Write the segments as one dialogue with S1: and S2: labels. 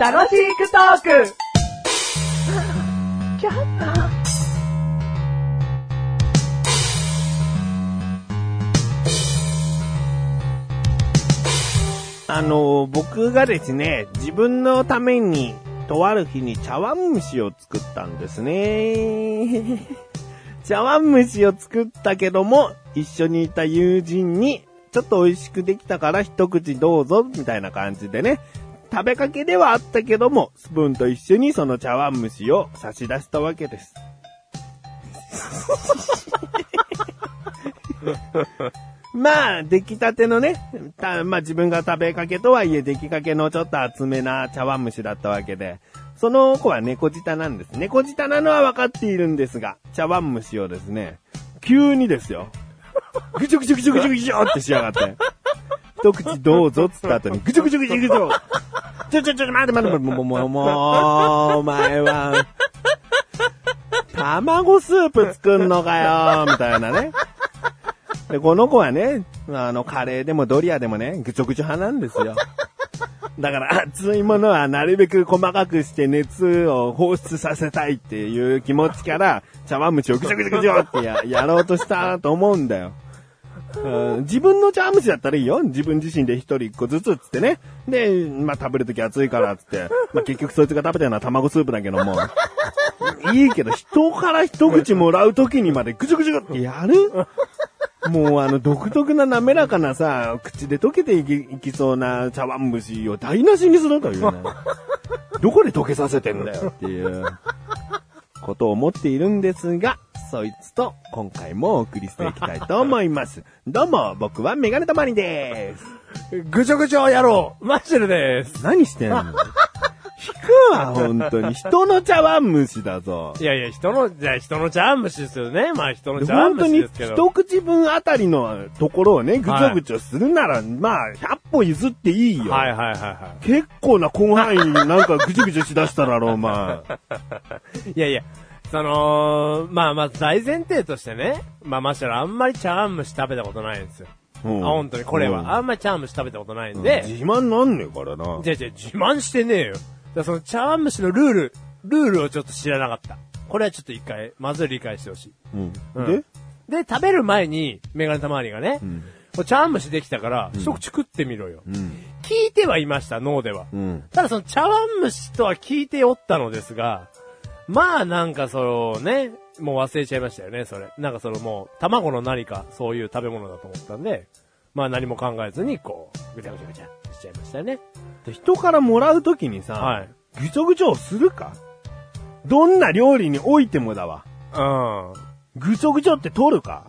S1: 楽しくトーク
S2: あの、僕がですね、自分のために、とある日に茶碗蒸しを作ったんですね。 茶碗蒸しを作ったけども、一緒にいた友人に、ちょっと美味しくできたから一口どうぞ、みたいな感じでね。食べかけではあったけども、スプーンと一緒にその茶碗蒸しを差し出したわけです。まあ、出来たてのね、たまあ自分が食べかけとはいえ出来かけのちょっと厚めな茶碗蒸しだったわけで、その子は猫舌なんです。猫舌なのは分かっているんですが、茶碗蒸しをですね、急にですよ、ぐちょぐちょぐちょぐちょぐちょってしやがって、一口どうぞっつった後に、ぐちょぐちょぐちょぐちょ、ちょちょちょ、待て待て待て、もう、もう、もう、お前は、卵スープ作んのかよ、みたいなね。で、この子はね、あの、カレーでもドリアでもね、ぐちょぐちょ派なんですよ。だから、熱いものはなるべく細かくして熱を放出させたいっていう気持ちから、茶碗蒸しをぐちょぐちょぐちょってややろうとしたと思うんだよ。うん自分の茶碗蒸しだったらいいよ。自分自身で一人一個ずつっつってね。で、まあ、食べるとき熱いからっつって。まあ、結局そいつが食べたのは卵スープだけども。いいけど、人から一口もらうときにまでぐちょぐちょってやるもうあの独特な滑らかなさ、口で溶けていきいきそうな茶碗蒸しを台無しにするという ね。どこで溶けさせてんだよっていうことを思っているんですが、そいつと今回もお送りしていきたいと思い ます。どうも、僕はメガネたまりです。
S3: ぐちょぐちょ野郎、マッシュルです。
S2: 何してんの引くわ、本当に。人の茶碗蒸しだぞ。
S3: いやいや、人の、じゃあ人の茶碗蒸しですよね。まあ人の茶碗
S2: 本当
S3: 蒸し
S2: に
S3: ですけど。
S2: 一口分あたりのところをね、ぐちょぐちょするなら、まあ、100歩譲っていいよ。
S3: はいはいはいは
S2: 結構な広範囲になんかぐちょぐちょしだしただろ、お前。
S3: い。いやいや、その、まあまあ大前提としてね、まあマッシュルあんまり茶碗蒸し食べたことないんですよ。
S2: うん
S3: あ、本当にこれは。
S2: うん
S3: あんまり茶碗蒸し食べたことないん
S2: うん
S3: で、
S2: 自慢なんねえからな。
S3: じゃあじゃあ自慢してねえよ。だからその茶碗蒸しのルール、ルールをちょっと知らなかった。これはちょっと一回、まず理解してほしい。
S2: うん
S3: うん
S2: で
S3: で、食べる前に、メガネたまわりがね、
S2: ん
S3: これ茶碗蒸しできたから、一口食ってみろよ。
S2: うん。
S3: 聞いてはいました、脳では。
S2: うん。
S3: ただその茶碗蒸しとは聞いておったのですが、まあなんかそのね、もう忘れちゃいましたよね、それ。なんかそのもう、卵の何か、そういう食べ物だと思ったんで、まあ何も考えずに、こう、ぐちゃぐちゃぐちゃしちゃいましたよね。
S2: で人からもらうときにさ、
S3: はい
S2: ぐちょぐちょをするかどんな料理においてもだわ。
S3: う
S2: ぐちょぐちょって取るか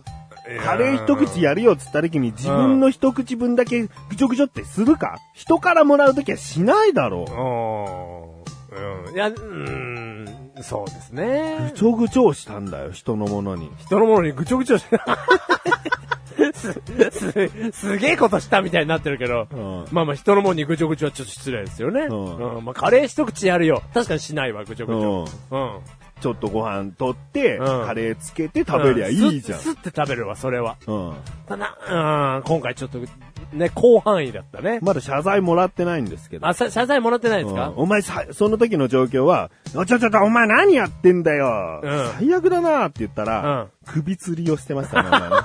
S3: ん。
S2: カレー一口やるよっつった時に自分の一口分だけぐちょぐちょってするか人からもらうときはしないだろう。
S3: うん。うん。いや、うーん、そうですね
S2: ぐ。ちょぐちょをしたんだよ、人のものに。
S3: 人のものにぐちょぐちょして す、す、すげえことしたみたいになってるけど、
S2: うん
S3: まあまあ人のものにぐちょぐちょはちょっと失礼ですよね。
S2: うん
S3: うんまあカレー一口やるよ。確かにしないわ、ぐちょぐちょ。うん。
S2: ちょっとご飯取って、
S3: うん
S2: カレーつけて食べりゃいいじゃん
S3: う。すすって食べるわ、それは。
S2: うん。
S3: ただな、うん、今回ちょっと、ね、広範囲だったね。
S2: まだ謝罪もらってないんですけど。
S3: あ、さ謝罪もらってないです
S2: う
S3: か
S2: んお前さ、その時の状況は、おちょちょちょ、お前何やってんだよ、
S3: うん
S2: 最悪だなって言ったら、
S3: う
S2: 首吊りをしてましたね、お 前ね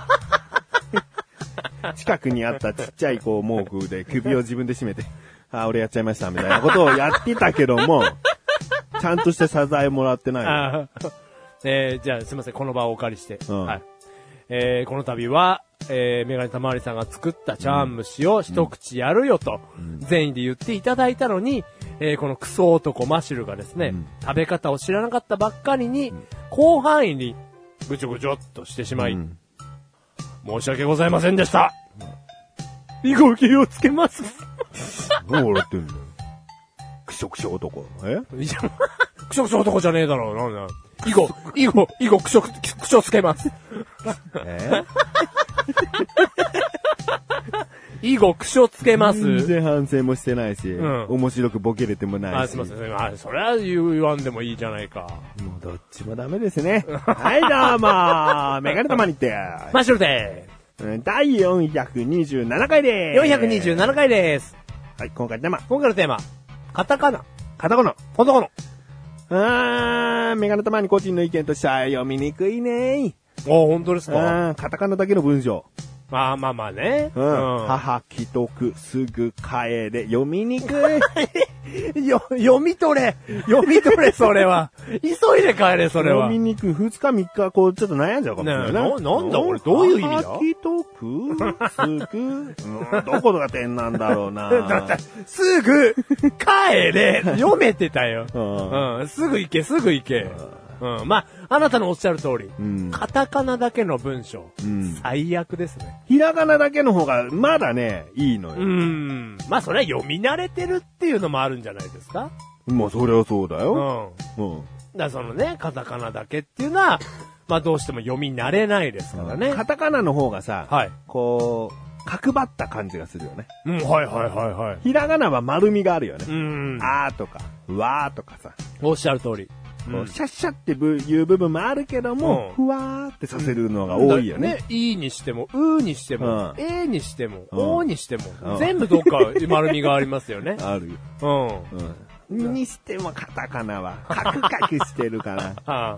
S2: 近くにあったちっちゃいこう毛布で首を自分で締めて、あ、俺やっちゃいました、みたいなことをやってたけど も、ちゃんとして謝罪もらってない。
S3: あー えーじゃあすいません、この場をお借りして。
S2: うん
S3: はい。えーこの度は、えーメガネたまわりさんが作った茶碗蒸しを一口やるよと、善意で言っていただいたのに、えーこのクソ男マシュルがですね、食べ方を知らなかったばっかりに、広範囲にぐちょぐちょっとしてしまい、
S2: うん
S3: 申し訳ございませんでした。以後気をつけます。
S2: どう笑ってんだよ。くしょくしょ男。え
S3: いや、クソクソ男じゃねえだろう、なんだ。以後、以後、以後、クソ、クソつけます。
S2: え
S3: 以後、クショつけま
S2: 全
S3: す。
S2: 然反省もしてないし、
S3: ん
S2: 面白くボケれてもないし。
S3: あ、すいません。すいませんあ、それは言わんでもいいじゃないか。
S2: もうどっちもダメですね。はい、どうもメガネたまにって、
S3: マッシュルで
S2: うん第427回でーす
S3: 427回です。
S2: はい、今回のテーマ。
S3: 今回のテーマ、カタカナ、
S2: 片言の。
S3: ポトコの。
S2: あー、メガネたまに個人の意見としては読みにくいね
S3: あ、本当です
S2: ー。あー、カタカナだけの文章。
S3: まあまあまあね。
S2: うん。母、既得、すぐ、帰れ、読みにくい。
S3: よ、読み取れ読み取れ、それは急いで帰れ、それは
S2: 読み。にくい。二日三日、こう、ちょっと悩んじゃうかもしれない
S3: ねえななんだこれどういう意味だ
S2: 書きとく、すぐ、うんどこが点なんだろうな。
S3: だって、すぐ、帰れ読めてたよ。
S2: うん
S3: うん、すぐ行け、すぐ行け。うん、まあ、あなたのおっしゃる通り、
S2: うん
S3: カタカナだけの文章、
S2: うん
S3: 最悪ですね。
S2: ひらがなだけの方が、まだね、いいの
S3: う
S2: よ。
S3: ん、まあ、それは読み慣れてるっていうのもあるんじゃないですか。
S2: まあ、それはそうだ
S3: うん。だ
S2: よ。
S3: か
S2: うん。
S3: らそのね、カタカナだけっていうのは、まあ、どうしても読み慣れないですからね。
S2: カタカナの方がさ、
S3: はい。
S2: こう、角張った感じがするよね。
S3: うん、はいはいはいはい。
S2: ひらがなは丸みがあるよね
S3: う。ん。
S2: あーとか、わーとかさ、
S3: おっしゃる通り。
S2: こうシャッシャってぶいう部分もあるけども、
S3: う
S2: ふわーってさせるのが多いよね。。
S3: いいにしても、うーにして
S2: う、ん
S3: もえーにしても、
S2: うん
S3: おーにして
S2: う
S3: も、
S2: ん。
S3: 全部どっか丸みがありますよね
S2: あるよ。
S3: うん。
S2: うん。にしてもカタカナは、カクカクしてる から。
S3: ああ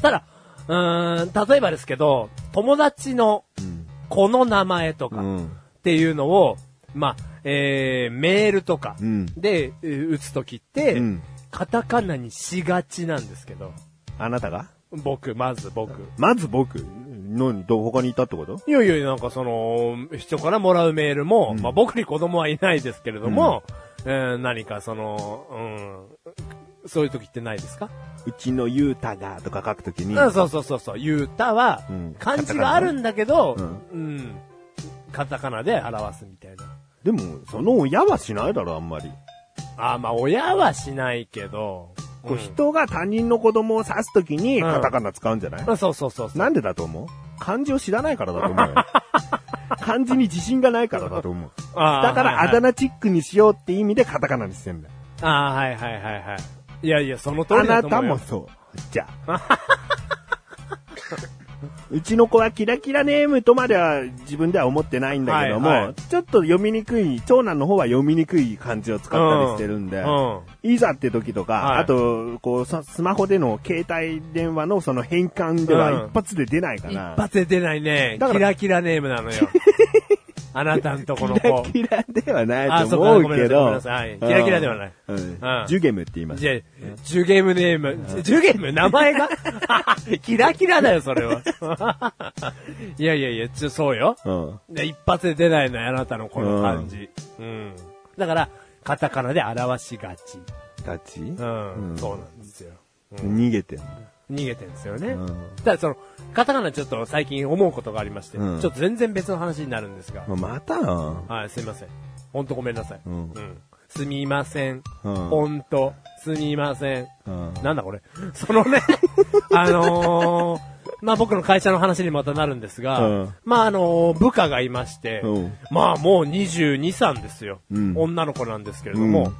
S3: ただ、うーん、例えばですけど、友達の
S2: うん。
S3: この名前と
S2: う
S3: か
S2: ん。
S3: っていうのを、まあ、えー、メールとか
S2: うん
S3: でえー打つときって、
S2: うん
S3: カタカナにしがちなんですけど、
S2: あなたが
S3: 僕、まず僕。
S2: まず僕、何、ど、他にいたってこと
S3: いやいや、なんかその、人からもらうメールも、
S2: うん
S3: まあ僕に子供はいないですけれども、えー何かその、うん、そういう時ってないですか、
S2: うちのゆうたがとか書くときに、
S3: うん、そうそうそうそう、ゆうたは
S2: うん、
S3: 漢字があるんだけど、
S2: う
S3: うんん、カタカナで表すみたいな。
S2: でも、その親はしないだろ、あんまり。
S3: あーまあ親はしないけど、
S2: こう
S3: うん
S2: 人が他人の子供を指すときに、
S3: うん
S2: カタカナ使うんじゃない、
S3: うんそうそうそうそう。
S2: なんでだと思う漢字を知らないからだと思う よ。漢字に自信がないからだと思う。
S3: あー
S2: だから、
S3: はい
S2: あ
S3: はい
S2: だ名チックにしようって意味でカタカナにしてんだよ。
S3: あーはいはいはいはい。いやいや、その通
S2: あ
S3: りだ
S2: な
S3: と思
S2: た
S3: うよ
S2: もそう。じゃあ。 うちの子はキラキラネームとまでは自分では思ってないんだけども、
S3: はいはい
S2: ちょっと読みにくい、長男の方は読みにくい漢字を使ったりしてるんで、
S3: うん。
S2: いざって時とか、
S3: はい
S2: あと、こう、さスマホでの携帯電話のその変換では
S3: うん
S2: 一発で出ないか
S3: 一
S2: ら、
S3: 発で出ないね。
S2: だか
S3: キ
S2: ら
S3: ラキラネームな のよ。あなたんとこの
S2: キラ
S3: 子。
S2: キラではな
S3: あ
S2: いと
S3: そうか
S2: 思
S3: ご
S2: う
S3: め
S2: け
S3: んなさいごめん
S2: ど、
S3: なさいはいキラキラではない
S2: うん
S3: うん
S2: ジュゲムって言います。
S3: じゃあ、ジュゲームネーム。ジュゲーム名前 がキラキラだよ、それは。いやいやいや、ちょ、そうよ。
S2: うん。
S3: で一発で出ないのよ、あなたのこの感じ。うん。だから、カタカナで表しがち。
S2: ガチ、
S3: うん。
S2: うん
S3: そうなんですよ。
S2: 逃げてんだ。
S3: 逃げてんですよね。
S2: ん
S3: ただその、カタカナちょっと最近思うことがありまして、
S2: うん
S3: ちょっと全然別の話になるんですが、
S2: ままたな
S3: はい、すいません。ほんとごめんなさい。
S2: うん
S3: すみません。
S2: うん
S3: ほんと、すみません。
S2: うん
S3: なんだこれ。その ね、あのー、まあ僕の会社の話にまたなるんですが、
S2: うん
S3: まああのー部下がいまして、
S2: うん
S3: まあもう22、3ですよ、
S2: うん
S3: 女の子なんですけれども、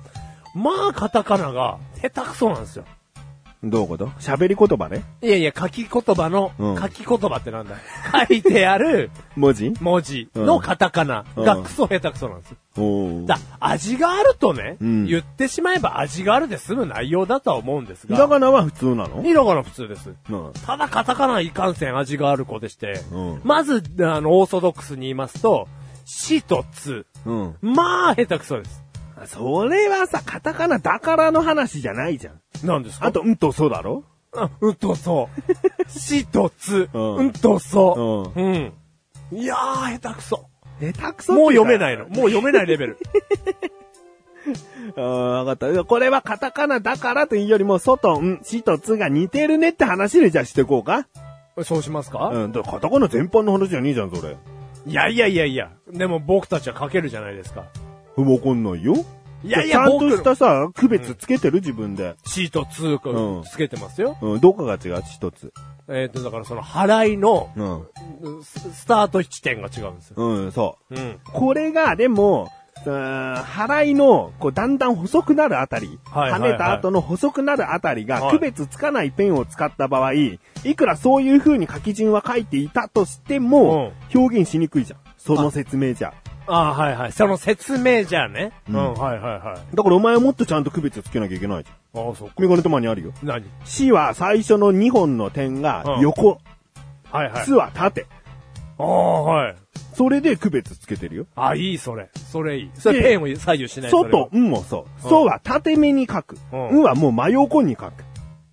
S3: まあカタカナが下手くそなんですよ。
S2: どういうこと喋り言葉ね。
S3: いやいや、書き言葉の、
S2: うん
S3: 書き言葉ってなんだ書いてある
S2: 文字
S3: 文字のカタカナがクソ下手くそなんですよ。
S2: おー
S3: だ、味があるとね、
S2: うん
S3: 言ってしまえば味があるで済む内容だとは思うんです
S2: ひら
S3: が、
S2: がなは普通なの
S3: ひらがな普通です。
S2: うん
S3: ただカタカナはいかんせん味がある子でして、
S2: うん
S3: まず、あの、オーソドックスに言いますと、死とつ。
S2: うん。
S3: まあ、下手くそです。
S2: それはさ、カタカナだからの話じゃないじゃん。
S3: なんですか
S2: あと、うんとそうだろ
S3: あうんと そう。死とつ。
S2: うん
S3: うんとそう。うん。いやー、下手くそ。
S2: 下手くそ。
S3: もう読めないい の。もう読めないレベル。
S2: ああ、わかった。これはカタカナだからというよりも、外、うん、しとつが似てるねって話でじゃあしていこうか。
S3: そうしますか、
S2: うん、だからカタカナ全般の話じゃねえじゃん、それ。
S3: いやいやいやいや。でも僕たちは書けるじゃないですか。
S2: わかんないよ。
S3: いやい
S2: ち
S3: や
S2: ゃんとし
S3: 僕
S2: たさ、区別つけてる自分で。
S3: シート2
S2: うん
S3: くつけてますよ。
S2: うん、どこかが違う、一つ。
S3: えっ、と、だからその払いの
S2: うん。
S3: ススタート地点が違うんですよ。
S2: うん、そう。
S3: うん。
S2: これが、でも、うーん払いの、こう、だんだん細くなるあたり、
S3: はいはいはい
S2: 跳ねた後の細くなるあたりが、
S3: はい
S2: 区別つかないペンを使った場合、いくらそういう風に書き順は書いていたとしても、表現しにくいじゃん。その説明じゃ。
S3: あはいはい。その説明じゃあね。うん、はいはいはい。
S2: だからお前はもっとちゃんと区別をつけなきゃいけないじゃん。
S3: ああ、そうか。
S2: メガネとマにあるよ。
S3: 何
S2: C は最初の2本の点が横、
S3: はいはい
S2: つ。は縦。
S3: ああ、はい。
S2: それで区別つけてるよ。
S3: あ、いい、それ。それいい。それ
S2: で
S3: ペンを左右しない
S2: そと、うんもそう。そは縦目に書く。
S3: う
S2: うんんはもう真横に書く。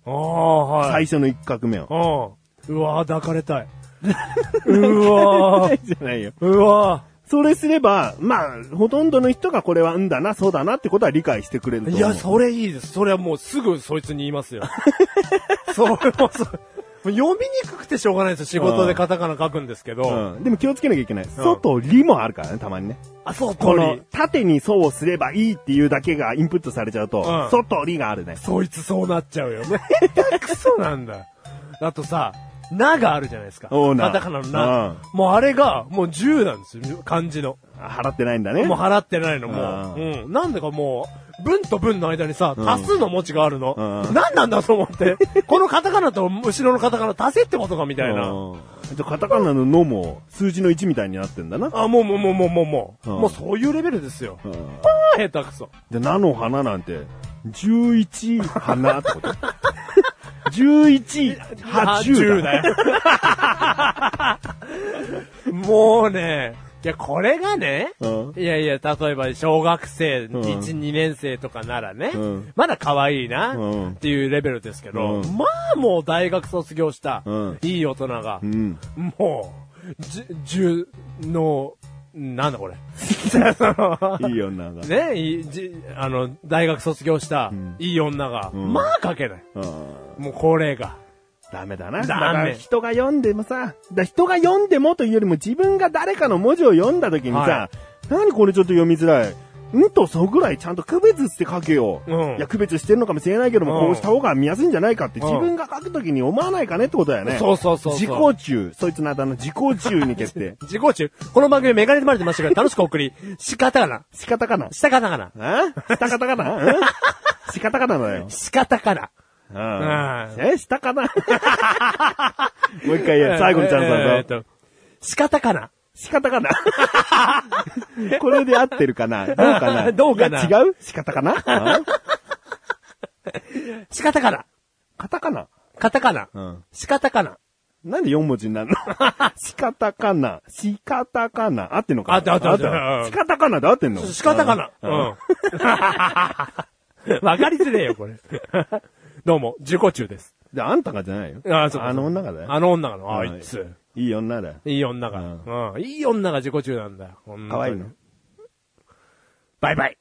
S3: ああ、は
S2: 最
S3: い。
S2: 初の一画目を。
S3: うん。うわー抱か れたい。うわー
S2: じゃないよ。
S3: うわ
S2: それすれば、まあ、ほとんどの人がこれはうんだな、そうだなってことは理解してくれると
S3: ー
S2: 思。
S3: いうや、それいいです。それはもうすぐそいつに言いますよ。 それもそう。もう読みにくくてしょうがないですよ。仕事でカタカナ書くんですけど。
S2: うん。でも気をつけなきゃいけない。ソとリもあるからね、たまにね。
S3: あ、そう、
S2: こ
S3: こ
S2: の
S3: の、、
S2: 縦にソをすればいいっていうだけがインプットされちゃうと、
S3: うん
S2: ソとリがあるね。
S3: そいつそうなっち ゃうよ。ね下手くそなんだ。あとさ、ながあるじゃないですか。
S2: おうな
S3: カタカナのな。もうあれが、もう10なんですよ。漢字の。
S2: 払ってないんだね。
S3: もう払ってないの、
S2: あ
S3: も
S2: あ
S3: う。うん。なんでかもう、文と文の間にさ、多数の文字があるの。
S2: うん
S3: 何なんだと思って。このカタカナと後ろのカタカナ足せってことかみたいな。
S2: うんじゃあカタカナののも数字の1みたいになってんだな。
S3: あ、もうもうもうもうもうもう。
S2: うん
S3: もうそういうレベルですよ。
S2: うん
S3: ああ、下手くそ。
S2: じゃあ、菜の花なんて、11花ってこと ?11、
S3: 80
S2: 80だよ。
S3: だよ。 もうね、いや、これがね、
S2: うん
S3: いやいや、例えば小学生、1、
S2: ん
S3: 2年生とかならね、
S2: うん
S3: まだ可愛いな、
S2: うん
S3: っていうレベルですけ
S2: う
S3: ど、
S2: ん
S3: まあもう大学卒業した、
S2: うん
S3: いい大人が、
S2: うん。
S3: もう、じゅ、10の、なんだこれ。
S2: いいよ、なんか。
S3: ね、いいじあの、大学卒業した、いい女が、
S2: ん
S3: まあ書けない。
S2: うん
S3: もうこれが。
S2: ダメだな。
S3: ダメ
S2: だから人が読んでもさ、だから人が読んでもというよりも自分が誰かの文字を読んだ時にさ、
S3: は
S2: 何これちょっと読みづらい。んとそぐらいちゃんと区別して書けよ。
S3: うん
S2: いや、区別してるのかもしれないけども、
S3: うん
S2: こうした方が見やすいんじゃないかって
S3: うん
S2: 自分が書く時に思わないかねってことだよね。
S3: そうそうそうそう。
S2: 自己中。そいつのあだ名、自己中に決定
S3: 自己中。この番組メガネでまれてましたから楽しくお送り。仕方がな。
S2: 仕方かな
S3: したかなかな。
S2: あしたかたかなうん仕方かなだよ。
S3: 仕方かな。
S2: うん。えしたかな もう一回やる。最後にチャンスあるぞ。
S3: えーと仕方かな。
S2: 仕方かな これで合ってるかなどうかな
S3: どうかない
S2: や違う仕方かなあ
S3: 仕方かな。
S2: カタカナ
S3: カタカナ。
S2: うん
S3: 仕方かな。
S2: なんで4文字にな るの仕方かな仕方かな合ってんのかな
S3: 合ってる合ってる合ってるうん
S2: 仕方かなで合ってんの
S3: 仕方かな。
S2: うんうん
S3: うん。わかりづれえよ、これ。どうも、自己中です。
S2: で、あんたがじゃないよ。
S3: あそうかそうか
S2: あの女がだよ。
S3: あの女がの、あ
S2: うん
S3: いつ。
S2: いい女だよ。
S3: いい女が。うん。いい女が自己中なんだよ。
S2: 可愛い
S3: の
S2: の。
S3: バイバイ。